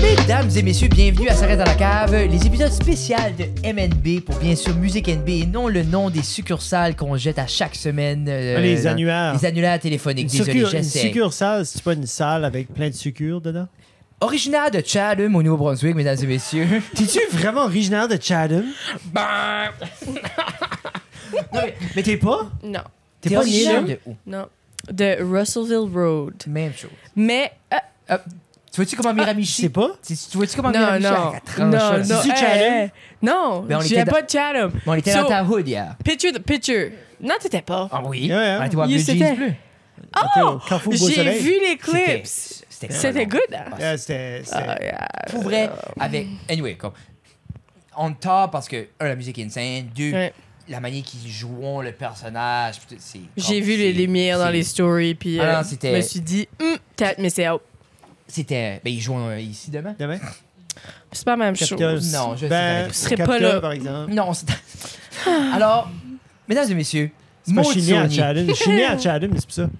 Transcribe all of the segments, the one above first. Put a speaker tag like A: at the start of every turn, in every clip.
A: Mesdames et messieurs, bienvenue à S'arrête à la cave, les épisodes spéciaux de MNB pour bien sûr Musique NB et non le nom des succursales qu'on jette à chaque semaine. euh,
B: les
A: dans-
B: annuaires.
A: Les annulaires téléphoniques,
B: Une,
A: désolé,
B: succur- une
A: j'essaie.
B: succursale, c'est pas une salle avec plein de succures dedans?
A: Originaire de Chatham au Nouveau-Brunswick, mesdames et messieurs.
B: T'es-tu vraiment originaire de Chatham?
A: Ben,
B: Mais t'es pas?
C: Non,
B: T'es
A: T'es
B: pas né là?
A: originaire de où?
C: non. De Russellville Road.
A: Même chose.
C: Mais. ah,
A: Tu vois-tu comment
B: Je
A: Miramichi...
B: sais Ah, pas.
A: Tu tu vois-tu comment
C: non,
A: Miramichi
C: non.
A: a quatre
C: Non, non.
A: tranches, là?
B: C'est-tu
C: hey,
B: Chatham?
C: hey. Non,
A: Ben, on
C: j'étais
A: était dans-
C: pas de Chatham.
A: Bon, On était
C: So-
A: dans ta hood hier.
C: Picture, the picture. Non, t'étais pas.
A: Ah oui?
B: Ouais, hein. ouais.
A: On était voir
C: Il
A: Blue
C: s'était-
A: Jeans Bleu.
B: Oh! Quand faut beau
C: J'ai
B: soleil.
C: vu les
A: C'était-
C: clips.
A: C'était
C: C'était
A: vraiment-
C: good, hein?
B: Ouais, c'était. c'était-
C: Ah, yeah.
A: Pour vrai, avec... Anyway, comme... On tord parce que, un, la musique est insane. Deux,
C: Ouais.
A: la manière qu'ils jouent le personnage. puis tout, c'est-
C: J'ai vu
A: c'est-
C: les lumières dans
A: c'est-
C: les stories, puis euh, je
A: Ah non, c'était-
C: me suis dit, hum, peut-être, mais c'est out.
A: C'était... Ben, ils jouent euh, ici demain.
B: Demain?
C: C'est pas la même chose.
B: Capitole.
A: Non, je sais pas.
B: ben,
A: Je
C: serais pas
B: Capitole,
C: là.
B: par exemple.
A: Non, c'est... Alors, mesdames et messieurs,
B: Moi,
A: Maud
B: je suis né à
A: Saunier.
B: Chatham. Je suis né à Chatham, mais c'est pour ça.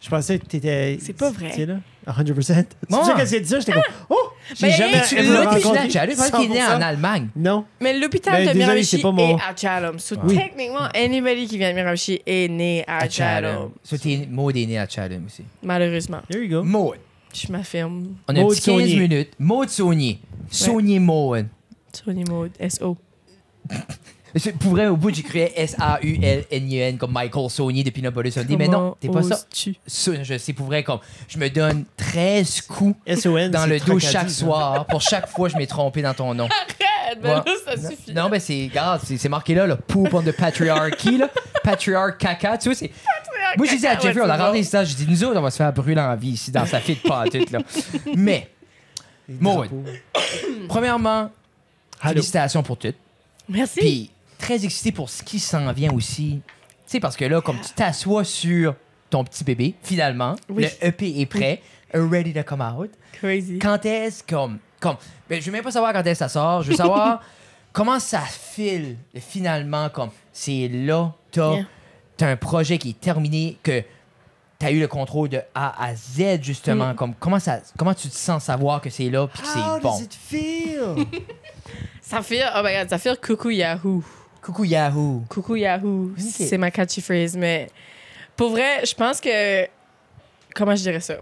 B: Je pensais que t'étais.
C: C'est pas vrai.
B: T'es là? 100%. C'est pour
A: Moi.
B: ça que j'ai dit ça, j'étais comme. Oh! J'ai
C: Ben,
B: jamais.
C: hey,
A: Tu
C: Elle
B: vraiment
C: me
A: l'as
B: rencontré.
A: dit, Charlie, parce qu'il est né en
B: 100%.
A: Allemagne.
B: Non.
C: Mais l'hôpital
B: Ben,
C: de
B: désolé,
C: Miramichi
B: c'est pas mon-
C: est à Chatham. So,
B: Oui.
C: techniquement, anybody qui vient de Miramichi est né à, hein.
A: À Chatham.
C: Chatham.
B: euh,
A: Ça, t'es- Maud est né à Chatham aussi.
C: Malheureusement.
B: There you go.
A: Maud.
C: Je m'affirme.
A: On a un
B: Maud
A: petit 15
B: Saunier.
A: minutes. Maud Saunier. Saunier Maud.
C: Tony Maud, SO.
A: C'est- Pour vrai, au bout, j'écrivais S-A-U-L-N-I-N E comme Michael Saunier de Peanut Butter Sunday. Mais non, t'es pas ça.
C: oses-tu?
A: Ça, Je sais, pour vrai, comme je me donne 13 coups
B: SON.
A: dans
B: c'est
A: le dos
B: Tracadie,
A: chaque
B: ça.
A: soir. Pour chaque fois, je m'ai trompé dans ton nom.
C: Arrête, ben
A: Ouais.
C: là, ça suffit.
A: Non, mais c'est, regarde, c'est c'est marqué là, le poop on the patriarchy, là. Patriarch caca, tu vois, c'est. Moi, j'ai dit à Jeffrey, on a rendu les stages, j'ai dit, nous autres, on va se faire brûler en vie ici, dans sa fille de pâtette, là. Mais,
B: Les
A: Maud.
B: drapeaux.
A: premièrement,
B: Allô.
A: félicitations pour tout.
C: Merci.
A: Puis, très excité pour ce qui s'en vient aussi. Tu sais, parce que là, comme tu t'assois sur ton petit bébé, finalement,
C: Oui.
A: le EP est prêt, ready to come out.
C: Crazy.
A: Quand est-ce comme comme ben, je veux même pas savoir quand est-ce que ça sort, je veux savoir comment ça file finalement comme c'est là t'as
C: Yeah.
A: t'as un projet qui est terminé que t'as eu le contrôle de A à Z justement comme comment ça comment tu te sens savoir que c'est là puis que
B: How
A: c'est
B: does
A: bon.
B: it feel?
C: Saphir, oh my god, Saphir, coucou Yahoo.
A: Coucou Yahoo.
C: Coucou Yahoo.
A: Ok.
C: C'est ma catchphrase, mais pour vrai, je pense que. Comment je dirais ça?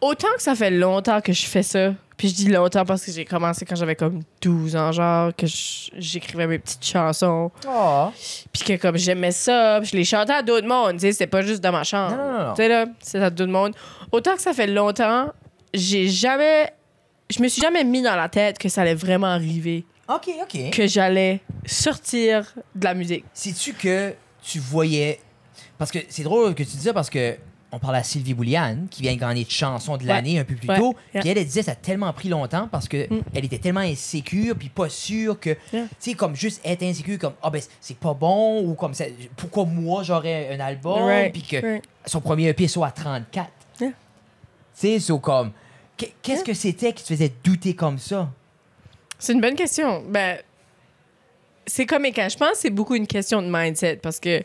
C: Autant que ça fait longtemps que je fais ça, puis je dis longtemps parce que j'ai commencé quand j'avais comme 12 ans, genre, que je- j'écrivais mes petites chansons,
A: Oh.
C: puis que comme j'aimais ça, puis je les chantais à d'autres mondes, tu sais, c'était pas juste dans ma chambre.
A: Non non non. non.
C: Tu sais, là, c'est à tout le monde. Autant que ça fait longtemps, j'ai jamais. Je me suis jamais mis dans la tête que ça allait vraiment arriver,
A: OK OK.
C: que j'allais sortir de la musique.
A: Sais-tu que tu voyais. Parce que c'est drôle que tu dis ça parce que on parle à Sylvie Bouliane, qui vient de gagner de chanson de
C: Ouais.
A: l'année un peu plus
C: Ouais.
A: tôt.
C: Yeah.
A: Puis elle, elle disait ça a tellement pris longtemps parce que
C: Mm.
A: elle était tellement insécure, puis pas sûre que. Tu
C: Yeah.
A: sais, comme juste être insécure, comme Ah ben c'est pas bon, ou comme ça. Pourquoi moi j'aurais un album,
C: Right,
A: Oh, puis que
C: right.
A: son premier E EP soit à 34.
C: Yeah.
A: Tu sais, c'est comme. qu- Qu'est-ce que c'était qui te faisait douter comme ça?
C: C'est une bonne question. Ben, c'est comme et quand. Je pense que c'est beaucoup une question de mindset parce que,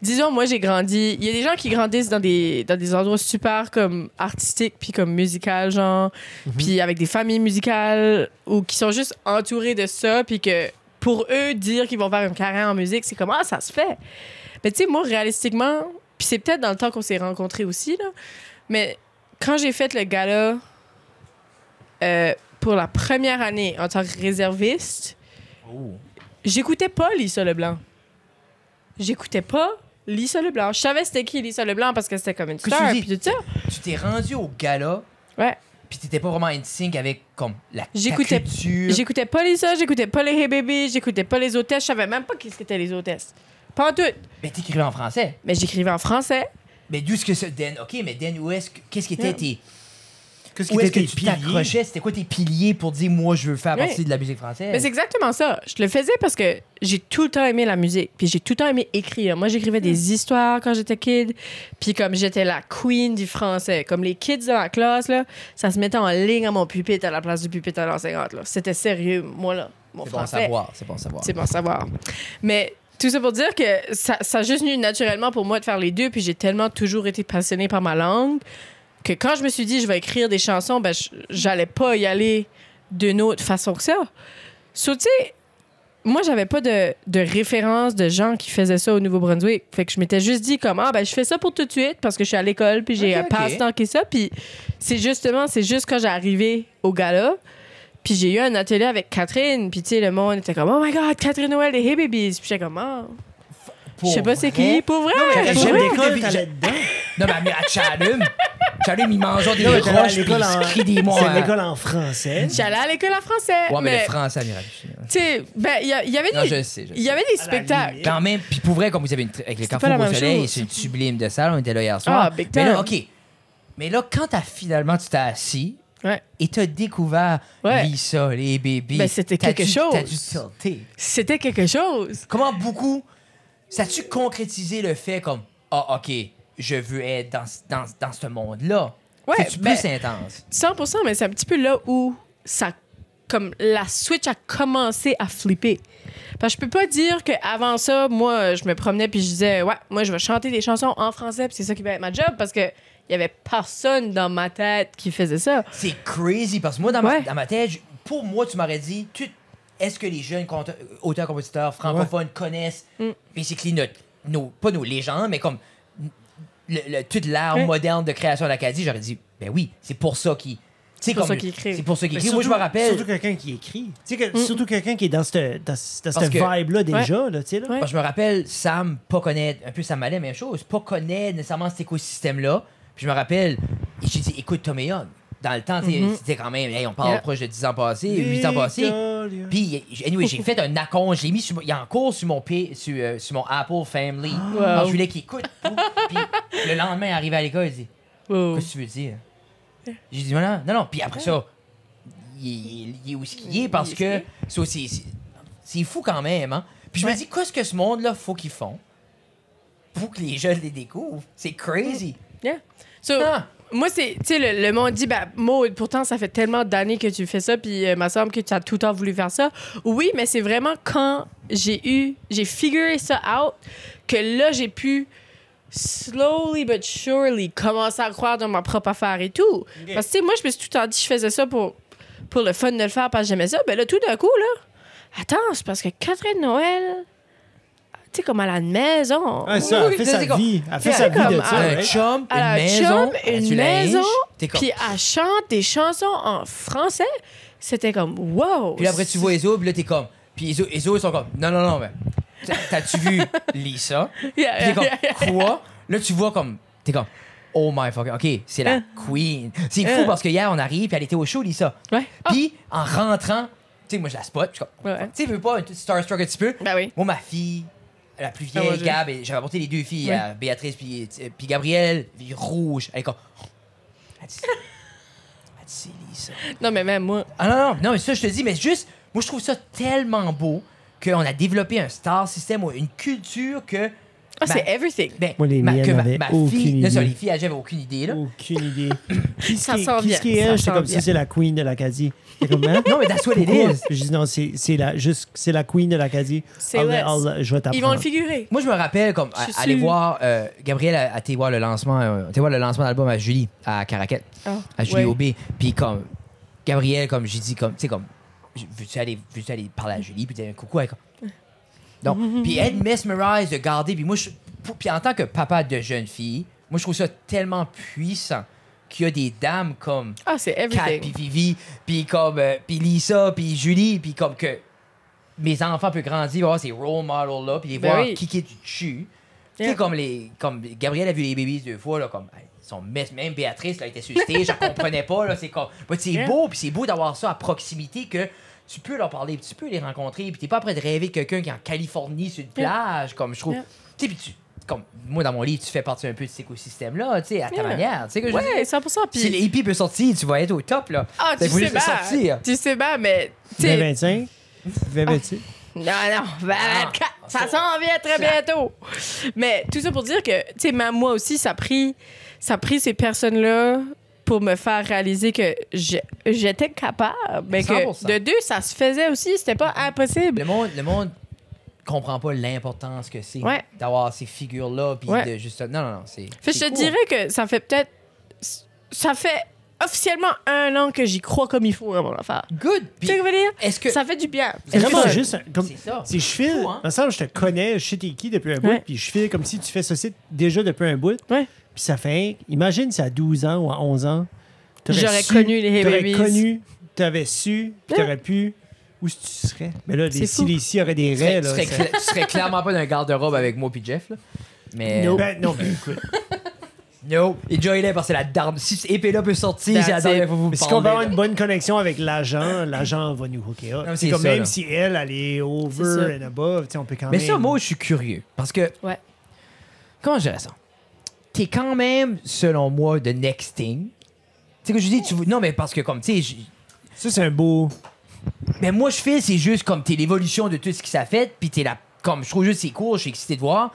C: disons, moi, j'ai grandi. Il y a des gens qui grandissent dans des, dans des endroits super comme artistiques puis comme musical, genre, puis avec des familles musicales ou qui sont juste entourés de ça puis que pour eux, dire qu'ils vont faire une carrière en musique, c'est comme ah, ça se fait. Mais tu sais, moi, réalistiquement, puis c'est peut-être dans le temps qu'on s'est rencontrés aussi, là, mais quand j'ai fait le gala euh, pour la première année en tant que réserviste, j'écoutais pas Lisa Leblanc. J'écoutais pas Lisa Leblanc. Je savais c'était qui Lisa Leblanc parce que c'était comme une
A: Que tu
C: star,
A: dis-
C: puis tout ça.
A: Tu t'es rendu au gala,
C: Ouais.
A: puis t'étais pas vraiment in sync avec comme la ta
C: J'écoutais-
A: culture.
C: J'écoutais pas Lisa, j'écoutais pas les Hey Baby, j'écoutais pas les hôtesses, je savais même pas qui c'était les hôtesses. Pas en tout.
A: Ben, t'écrivais en français.
C: Mais j'écrivais en français.
A: Mais d'où est-ce que ça... Den, OK, mais Den, où est-ce que... Qu'est-ce qui était
C: Yeah.
A: tes...
B: Qu'est-ce
A: Où
B: qui
A: est-ce
B: était
A: que
B: tes
A: tu
B: piliers?
A: t'accrochais? C'était quoi tes piliers pour dire, moi, je veux faire
C: Oui.
A: partie de la musique française?
C: Mais c'est exactement ça. Je le faisais parce que j'ai tout le temps aimé la musique, puis j'ai tout le temps aimé écrire. Moi, j'écrivais des histoires quand j'étais kid, puis comme j'étais la queen du français, comme les kids de ma classe, là, ça se mettait en ligne à mon pupitre à la place du pupitre à l'enseignante. là. C'était sérieux, moi, là, mon
A: C'est bon à
C: français.
A: savoir, c'est bon à savoir.
C: C'est bon à savoir. Mais tout ça pour dire que ça, ça a juste venu naturellement pour moi de faire les deux, puis j'ai tellement toujours été passionnée par ma langue que quand je me suis dit je vais écrire des chansons, ben je- j'allais pas y aller d'une autre façon que ça. So, tu sais, moi, j'avais pas de, de référence de gens qui faisaient ça au Nouveau-Brunswick. Fait que je m'étais juste dit comme, ah, ben, je fais ça pour tout de suite parce que je suis à l'école, puis j'ai
A: Ok,
C: un
A: ok.
C: passe-temps qui est ça. Puis c'est justement, c'est juste quand j'ai arrivé au gala, puis j'ai eu un atelier avec Catherine, puis tu sais, le monde était comme, oh my God, Catherine Noël et Hey Babies. Puis j'étais comme, ah, je sais pas c'est qui, pour vrai.
A: mais
C: pour
A: j'aime
B: J'aime
A: vrai,
B: l'école,
A: vous
B: t'allais
A: avez-
B: dedans.
A: Non, mais elle chalume. Chalume, il mangeait des
B: Non, mais t'allais à
A: roches, puis
B: l'école
A: il
B: en-
A: se crie des mois.
B: C'est l'école en français.
C: J'allais à l'école en français.
A: Ouais, mais,
C: mais
A: le français, Amiral.
C: tu sais, ben, il y, a- il y avait
A: Non,
C: des,
A: je le sais. je le
C: il y
A: sais.
C: avait des
B: À la
C: spectacles.
B: limite.
A: Quand même, puis pour vrai, comme vous avez une tr- avec les
C: C'était pas
A: carrefours
C: la
A: au
C: même
A: soleil,
C: chose.
A: c'est une sublime de salle, on était là hier soir.
C: Ah, big
A: mais là,
C: time.
A: OK. Mais là, quand t'as- finalement tu t'es assis
C: Ouais.
A: et t'as découvert
C: Ouais.
A: Lisa, les bébés,
C: Ben, c'était
A: t'as
C: quelque
A: dû-
C: chose.
A: T'as dû tilter.
C: C'était quelque chose.
A: Comment beaucoup. Ça tu concrétisé le fait comme Ah, OK, je veux être dans, ce- dans, dans ce monde-là?
C: Ouais,
A: C'est-tu
C: ben-
A: plus intense.
C: 100%, mais c'est un petit peu là où ça, comme la switch a commencé à flipper. Parce que je peux pas dire qu'avant ça, moi, je me promenais puis je disais, ouais, moi, je vais chanter des chansons en français puis c'est ça qui va être ma job parce que il y avait personne dans ma tête qui faisait ça.
A: C'est crazy parce que moi, dans, ma,
C: Ouais.
A: dans ma tête, je- pour moi, tu m'aurais dit tu- est-ce que les jeunes conte- auteurs, compositeurs francophones connaissent
C: Mm.
A: basically notre, nos, pas nos légendes, mais comme le, le- toute l'art
C: Ouais.
A: moderne de création d'Acadie J'aurais dit ben oui, c'est pour ça qu'ils. C'est
C: pour
A: comme-
C: ça qu'ils écrivent.
A: C'est pour ça qu'ils
B: Mais
A: écrivent. Moi, je me
B: surtout-
A: rappelle. Mm.
B: Surtout quelqu'un qui écrit. Tu sais, que- Surtout quelqu'un qui est dans cette, dans, ce- dans
A: Parce
B: cette
A: que-
B: vibe-là déjà. Là, tu sais, là.
C: Ouais.
A: Parce que je me rappelle Sam pas connaître, un peu Sam Mallet, même chose, pas connaître nécessairement cet écosystème-là. Puis je me rappelle, j'ai dit, écoute Tommy Young. Dans le temps, tu sais, c'était quand même, hey, on parle
C: Mm-hmm. Yeah.
A: proche de 10 ans passés, 8 ans passés.
B: Victoria.
A: Puis, anyway, j'ai fait un accon, je l'ai mis sur, mon- il est en cours sur mon, P- sur, euh, sur mon Apple Family.
C: Ah.
A: Alors, je voulais qu'il écoute. pouf. Puis le lendemain, arrivé à l'école, il dit,
C: Wow.
A: Qu'est-ce que tu veux dire?
C: Hein?
A: J'ai dit, non, non, non. Puis après ça, il, il- il est où ce qu'il est parce
C: Il est
A: que
C: skié.
A: ça, c'est- c'est- c'est fou quand même. Hein? Puis je me dis, qu'est-ce que ce monde-là faut qu'ils font pour que les jeunes les découvrent? C'est crazy.
C: Yeah. So,
A: Ah.
C: Moi, c'est, tu sais, le, le monde dit, bah, Maud, pourtant, ça fait tellement d'années que tu fais ça, puis euh, il me semble que tu as tout le temps voulu faire ça. Oui, mais c'est vraiment quand j'ai eu, j'ai figuré ça out, que là, j'ai pu slowly but surely commencer à croire dans ma propre affaire et tout. Parce que, tu sais, moi, je me suis tout le temps dit, je faisais ça pour, pour le fun de le faire parce que j'aimais ça. Ben là, tout d'un coup, là, attends, c'est parce que Catherine Noël, tu sais, comme à la maison.
B: Ah,
A: Oui,
B: ça, elle fait
A: oui,
B: sa
A: c'est comme-
B: vie. Elle fait
A: c'est
B: sa vie
C: comme-
B: de
A: Elle
B: ça.
A: a
C: Ah,
A: un
B: ouais.
A: chum,
C: Elle a
A: une
C: un
A: maison,
C: chum,
A: elle a
C: une
A: du linge.
C: maison,
A: T'es comme-
C: puis elle chante des chansons en français. C'était comme wow.
A: Puis après, tu vois les autres, puis là, t'es comme. Puis les, autres- les autres sont comme, non, non, non, mais. t'as- T'as-tu vu Lisa?
C: Yeah,
A: Puis t'es
C: yeah, yeah,
A: comme, quoi? Là, tu vois comme. T'es comme, oh my fuck, ok, c'est la
C: Hein?
A: queen. C'est fou parce que hier, on arrive, puis elle était au show, Lisa.
C: Ouais. Ah.
A: Puis en rentrant, tu sais, moi, je la spot. puis je suis comme,
C: Ouais.
A: tu sais, veux pas, une petite starstruck un petit peu.
C: Ben oui.
A: Moi, ma fille, la plus vieille,
C: Ah, mon Dieu.
A: Gab, et j'avais apporté les deux filles,
C: Ouais.
A: euh, Béatrice, puis, euh, puis Gabrielle, puis rouge. Elle est comme, elle dit, elle dit, c'est Lisa.
C: Non mais même moi.
A: Ah non, non, non, mais ça, je te dis, mais juste, moi, je trouve ça tellement beau qu'on a développé un star system ou une culture que.
C: Ah,
A: ma-
C: c'est everything.
A: ben,
B: Moi, les
A: ma-
B: miennes
A: que ma,
B: avaient
A: ma
B: aucune
A: fille. Non,
B: idée.
A: ça, les filles, elles, j'avais aucune idée, là.
B: Aucune idée. Qui
C: Ça
B: qui-
C: s'en
B: qui
C: vient,
B: ce qui est
C: ça
B: elle? J'étais
C: s'en
B: comme
C: vient.
B: ça, c'est la queen de l'Acadie. J'étais comme, hein?
A: Non, mais that's what it
B: Pourquoi?
A: is.
B: Puis Je dis non, c'est c'est la, juste, c'est la queen de l'Acadie.
C: C'est
B: I'll-
C: vrai.
B: I'll-
A: euh,
B: Je vais t'apprendre.
C: Ils vont le figurer.
A: Moi, je me rappelle, comme,
C: Je suis
A: aller
C: sûre.
A: voir. euh, Gabriel a, a été voir le lancement, euh, t'es voir le lancement d'album à Julie, à Caraquette,
C: Ah,
A: à Julie
C: ouais.
A: Aubé. Puis, comme, Gabriel, comme j'ai dit, comme, tu sais, comme, j- veux-tu aller, veux aller parler à Julie? Puis, t'as un coucou, elle, comme. Donc, puis être mesmerized de garder. Puis moi, je, pour- puis en tant que papa de jeune fille, moi, je trouve ça tellement puissant qu'il y a des dames comme
C: Ah, c'est
A: Kat,
C: everything.
A: puis Vivi, puis comme euh, puis Lisa, puis Julie, puis comme que mes enfants peuvent grandir, voir ces role models là, puis les
C: Ben
A: voir
C: oui.
A: kicker du dessus. Tu sais,
C: Yeah.
A: comme les. Comme Gabrielle a vu les babies deux fois, là, comme. hey, ils sont mes- même Béatrice, là, était sur le stage, elle comprenait pas, là. C'est comme. bah, c'est
C: Yeah.
A: beau, puis c'est beau d'avoir ça à proximité que tu peux leur parler, puis tu peux les rencontrer, puis t'es pas prêt de rêver de quelqu'un qui est en Californie sur une plage, comme je trouve.
C: Yeah.
A: Tu sais, puis tu. Comme moi, dans mon livre, tu fais partie un peu de cet écosystème-là, tu sais, à ta
C: Yeah.
A: manière. Tu sais que je veux
C: Ouais,
A: dire?
C: 100%.
A: Si
C: Puis
A: les hippies peuvent sortir, tu vas être au top, là.
C: ah,
A: Fait
C: tu
A: que vous
C: sais
A: laissez sortir. Ben,
C: pas. Tu sais pas, mais tu
B: Vingt,
C: sais.
B: 25. vingt, 26.
C: Non, non, 24.
A: Ah.
C: ça s'en vient très bientôt. Mais tout ça pour dire que, tu sais, même moi aussi, ça a pris, ça a pris ces personnes-là pour me faire réaliser que je- j'étais capable. Mais que
A: 100%.
C: de deux, ça se faisait aussi. C'était pas impossible.
A: Le monde, le monde comprend pas l'importance que c'est
C: Ouais.
A: d'avoir ces figures-là, puis
C: Ouais.
A: de juste. Non, non, non, c'est. c'est
C: Fait que je te
A: cool.
C: dirais que ça fait peut-être. Ça fait officiellement un an que j'y crois comme il faut à mon affaire.
A: Good.
C: Tu
A: Puis,
C: sais ce que je veux dire?
A: est-ce que.
C: Ça fait du bien.
B: C'est
C: Vraiment.
B: vraiment juste. Comme,
A: C'est ça.
B: si je file,
A: fou, hein?
B: dans le sens où je te connais, je sais t'es qui depuis un bout,
C: Ouais.
B: puis je file comme si tu fais ceci déjà depuis un bout.
C: Ouais.
B: Puis ça fait. Imagine si à 12 ans ou à 11 ans, t'aurais
C: J'aurais
B: su-
C: connu les Hey
B: T'aurais
C: Babies.
B: connu, t'avais su, puis t'aurais pu. Où est-ce que tu serais? Mais là, les,
C: C'est
B: si
C: fou.
B: les si auraient des
A: Tu serais,
B: raies,
A: tu
B: là.
A: serais
B: ça-
A: cla- tu serais clairement pas d'un garde-robe avec moi puis Jeff, là. Mais.
C: Nope.
B: Ben non, mais écoute.
A: No. Et Joey là, parce que c'est la dernière. Si Epela peut sortir, c'est la
C: That's
A: dernière
C: it.
A: fois que vous me
B: Mais si on va avoir
A: parlez.
B: une bonne connexion avec l'agent, l'agent va nous hooker up.
A: Non, mais
B: C'est
A: c'est
B: comme
A: ça,
B: même
A: là.
B: si elle, elle est over
C: C'est
B: and above, tu sais, on peut quand
A: Mais
B: même.
A: ça, moi, je suis curieux. Parce que.
C: Ouais.
A: Comment je dirais ça? T'es quand même, selon moi, de next thing. Tu sais, que je dis, tu. Non, mais parce que, comme, tu sais, j-
B: Ça, c'est un beau.
A: Mais Ben, moi, je fais, c'est juste comme t'es l'évolution de tout ce qui s'est fait, puis t'es la. Comme je trouve juste c'est cool, je suis excité de voir.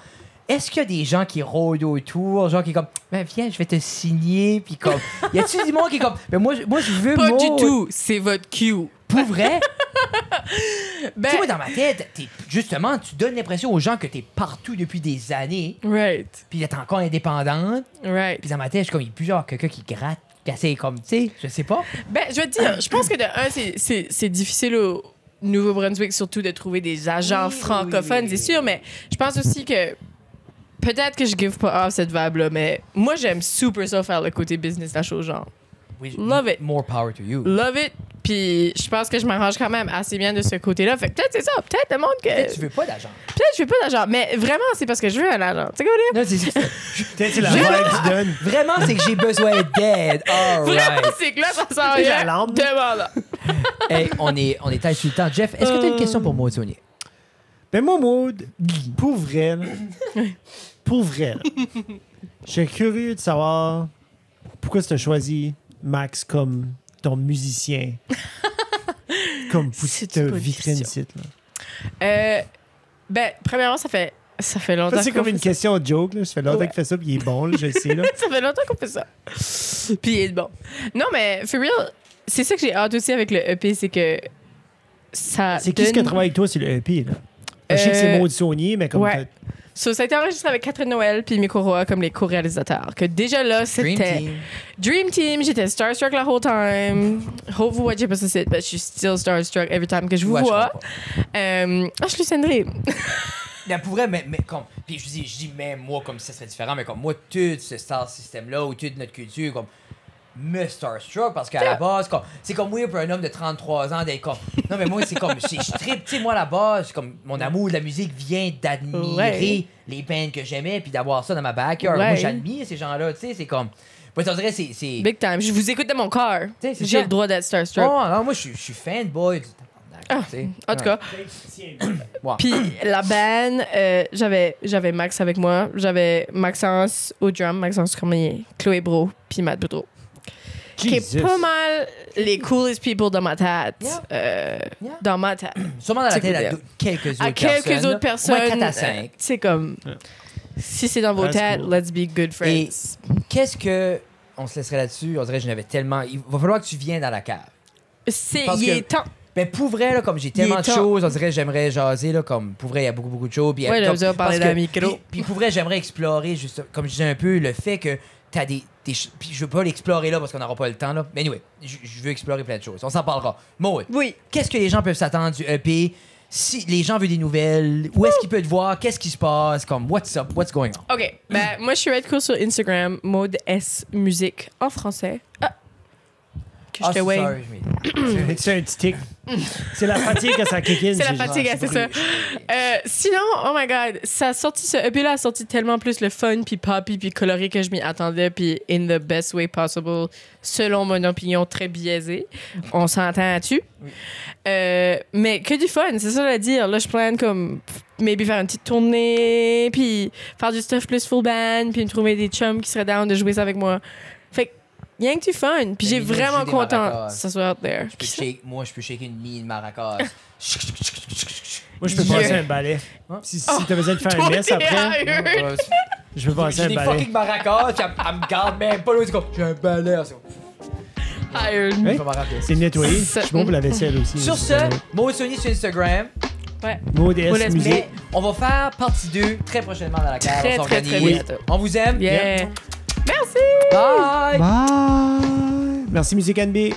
A: Est-ce qu'il y a des gens qui rôdent autour, genre qui est comme, ben viens, je vais te signer, puis comme. Y a-tu du monde qui est comme, mais moi, je- moi je veux
C: Pas
A: mon-
C: du tout. C'est votre cue.
A: Pour vrai?
C: Ben,
A: tu vois, dans ma tête, t'es- justement, tu donnes l'impression aux gens que t'es partout depuis des années,
C: right,
A: puis d'être encore indépendante,
C: right.
A: puis dans ma tête, je suis comme, il y a plusieurs quelqu'un qui gratte, qui essaie comme, tu sais, je sais pas.
C: Ben, je vais te dire, je pense que de un, c'est- c'est c'est difficile au Nouveau-Brunswick, surtout de trouver des agents
A: Oui, oui,
C: francophones,
A: oui, oui,
C: c'est sûr, mais je pense aussi que peut-être que je give pas off cette vibe-là, mais moi, j'aime super ça faire le côté business de la chose, genre.
A: Oui, je-
C: Love it. Euh,
A: More power to you.
C: Love it, puis je pense que je m'arrange quand même assez bien de ce côté-là. Fait que peut-être c'est ça, peut-être le monde que.
A: Peut-être tu veux pas d'agent.
C: Peut-être je veux pas d'agent, mais vraiment, c'est parce que je veux un agent. Tu sais quoi
A: Non,
C: dire?
A: c'est- c'est-
B: Peut-être c'est la vibe qui donne.
A: Vraiment, c'est que j'ai besoin d'aide. All right.
C: Vraiment, c'est que là, ça sent
B: J'ai la
C: rien.
B: lampe.
C: Demande.
A: Hey, on est, on est taille sur le temps. Jeff, est-ce que tu as une question pour moi, Tony?
B: Ben moi, Maud, pour vrai, là, pour vrai, là, je suis curieux de savoir pourquoi tu as choisi Max comme ton musicien, comme pour
C: C'est
B: ta
C: une bonne
B: vitrine
C: question.
B: site. là.
C: Euh, ben, premièrement, ça fait, ça fait longtemps
B: Ça, c'est
C: qu'on
B: comme une
C: fait ça.
B: question joke. Là. Ça fait longtemps
C: Ouais.
B: qu'il fait ça, puis il est bon, là, je le sais. Là.
C: Ça fait longtemps qu'on fait ça. Puis il est bon. Non, mais for real, c'est ça que j'ai hâte aussi avec le EP, c'est que ça.
B: C'est qui ce qui
C: donne-
B: travaille avec toi sur le EP? Là? Je sais que c'est
C: Euh,
B: Maud Saunier, mais comme
C: ouais. So, ça a été enregistré avec Catherine Noël puis Miko Roa comme les co-réalisateurs. Que déjà là, c'était. Dream Team, j'étais starstruck la whole time. Hope vous watchez pas ça, c'est- but je suis still starstruck every time que je vous
A: Ouais, je
C: vois.
A: comprends.
C: Euh, ah, je lui sonnerai.
A: Non, pour vrai, mais, mais comme. Puis je dis, je dis même moi, comme si ça serait différent, mais comme moi, tout ce star système-là, ou toute notre culture, comme. Me starstruck parce qu'à la base, comme, c'est comme oui pour un homme de 33 ans d'être comme. Non, mais moi, c'est comme. c'est- Je trip, tu sais, moi, à la base, c'est comme mon amour de la musique vient d'admirer
C: Ouais.
A: les bands que j'aimais, puis d'avoir ça dans ma backyard. Moi,
C: Ouais.
A: j'admire ces gens-là, tu sais, c'est comme. Moi, on dirait, c'est. c'est...
C: Big time. Je vous écoute de mon cœur.
A: Tu sais, c'est
C: J'ai
A: ça.
C: le droit d'être starstruck.
A: Oh, non, moi, je suis- je suis fanboy du tabarnak, tu sais.
C: Ah, En tout
A: Ouais.
C: cas,
B: peut...
A: Ouais.
C: puis la band, euh, j'avais j'avais Max avec moi, j'avais Maxence au drum, Maxence Cormier, Chloé Bro, puis Matt Boudreau. Qui est
B: Jesus.
C: pas mal les coolest people dans ma tête.
A: Yeah.
C: Euh,
A: Yeah.
C: Dans ma tête.
A: Sûrement dans la
C: C'est
A: tête à
C: cool.
A: d'autres- quelques autres
C: à quelques
A: personnes.
C: autres personnes.
A: Au moins quatre à
C: euh,
A: cinq.
C: tu sais, comme. Si c'est dans vos
B: That's
C: têtes,
B: cool.
C: let's be good friends.
A: Et- Qu'est-ce que. On se laisserait là-dessus. On dirait que je n'avais tellement. Il va falloir que tu viennes à la cave.
C: C'est,
A: Parce
C: il
A: que-
C: est temps.
A: Mais pour vrai, là, comme j'ai
C: Il
A: tellement
C: est
A: de
C: temps.
A: choses, on dirait que j'aimerais jaser. Là, comme pour vrai, il y a beaucoup, beaucoup de choses. puis il y a
C: Ouais,
A: comme-
C: j'aime ça parler
A: parce
C: dans
A: que-
C: le micro.
A: Puis, puis pour vrai, j'aimerais explorer, juste, comme je disais un peu, le fait que tu as des. des ch- puis je veux pas l'explorer là parce qu'on n'aura pas le temps. là. Mais anyway, je je veux explorer plein de choses. On s'en parlera. Maud,
C: Oui.
A: qu'est-ce que les gens peuvent s'attendre du EP? Si les gens veulent des nouvelles, où est-ce qu'ils peuvent te voir? Qu'est-ce qui se passe? Comme, what's up? What's going on?
C: OK. Ben, moi, je suis Red Cool sur Instagram, mode S musique en français. Ah! Que je
A: Ah,
C: te wave.
A: sorry, je m'ai-
B: C'est un petit tic. C'est la fatigue que ça kick in.
C: C'est la
B: genre,
C: fatigue,
A: Ah,
C: c'est ça. Euh, sinon, oh my god, ça a sorti, ce EP-là a sorti tellement plus le fun, puis poppy, puis coloré que je m'y attendais, puis in the best way possible, selon mon opinion très biaisée. On s'entend là-dessus. Euh, mais que du fun, c'est ça à dire. Là, je plane comme pff, maybe faire une petite tournée, puis faire du stuff plus full band, puis me trouver des chums qui seraient down de jouer ça avec moi. Fait que, rien que du fun, puis
A: Mais
C: j'ai
A: les gars qui
C: vraiment
A: jouent des
C: content
A: maracas.
C: que ça soit out there.
A: Je peux shake- moi, je peux shaker une mine maracas.
B: Moi, je peux
C: Yeah. Oh,
B: passer un balai. Si, si t'as besoin de faire un
C: Toi,
B: mess
C: t'es
B: après,
C: hired.
B: je peux passer
A: J'ai
B: un
A: des
B: balai.
A: fucking maracas, puis elle, elle me garde même pas. là, c'est comme, J'ai un balai. c'est comme,
C: Hired.
A: je vais m'en rappeler.
B: C'est nettoyé. Je
C: Ça-
B: suis bon pour la vaisselle aussi.
A: Sur ce, Maud Sony sur Instagram.
C: Ouais.
B: Maud et
C: Pour la
B: S Musique.
A: Mais on va faire partie 2 très prochainement dans la cave.
C: Très,
A: on
C: très,
A: s'organise.
C: très bientôt.
A: On vous aime.
C: Yeah. Merci.
A: Bye.
B: Bye! Merci Musique NB.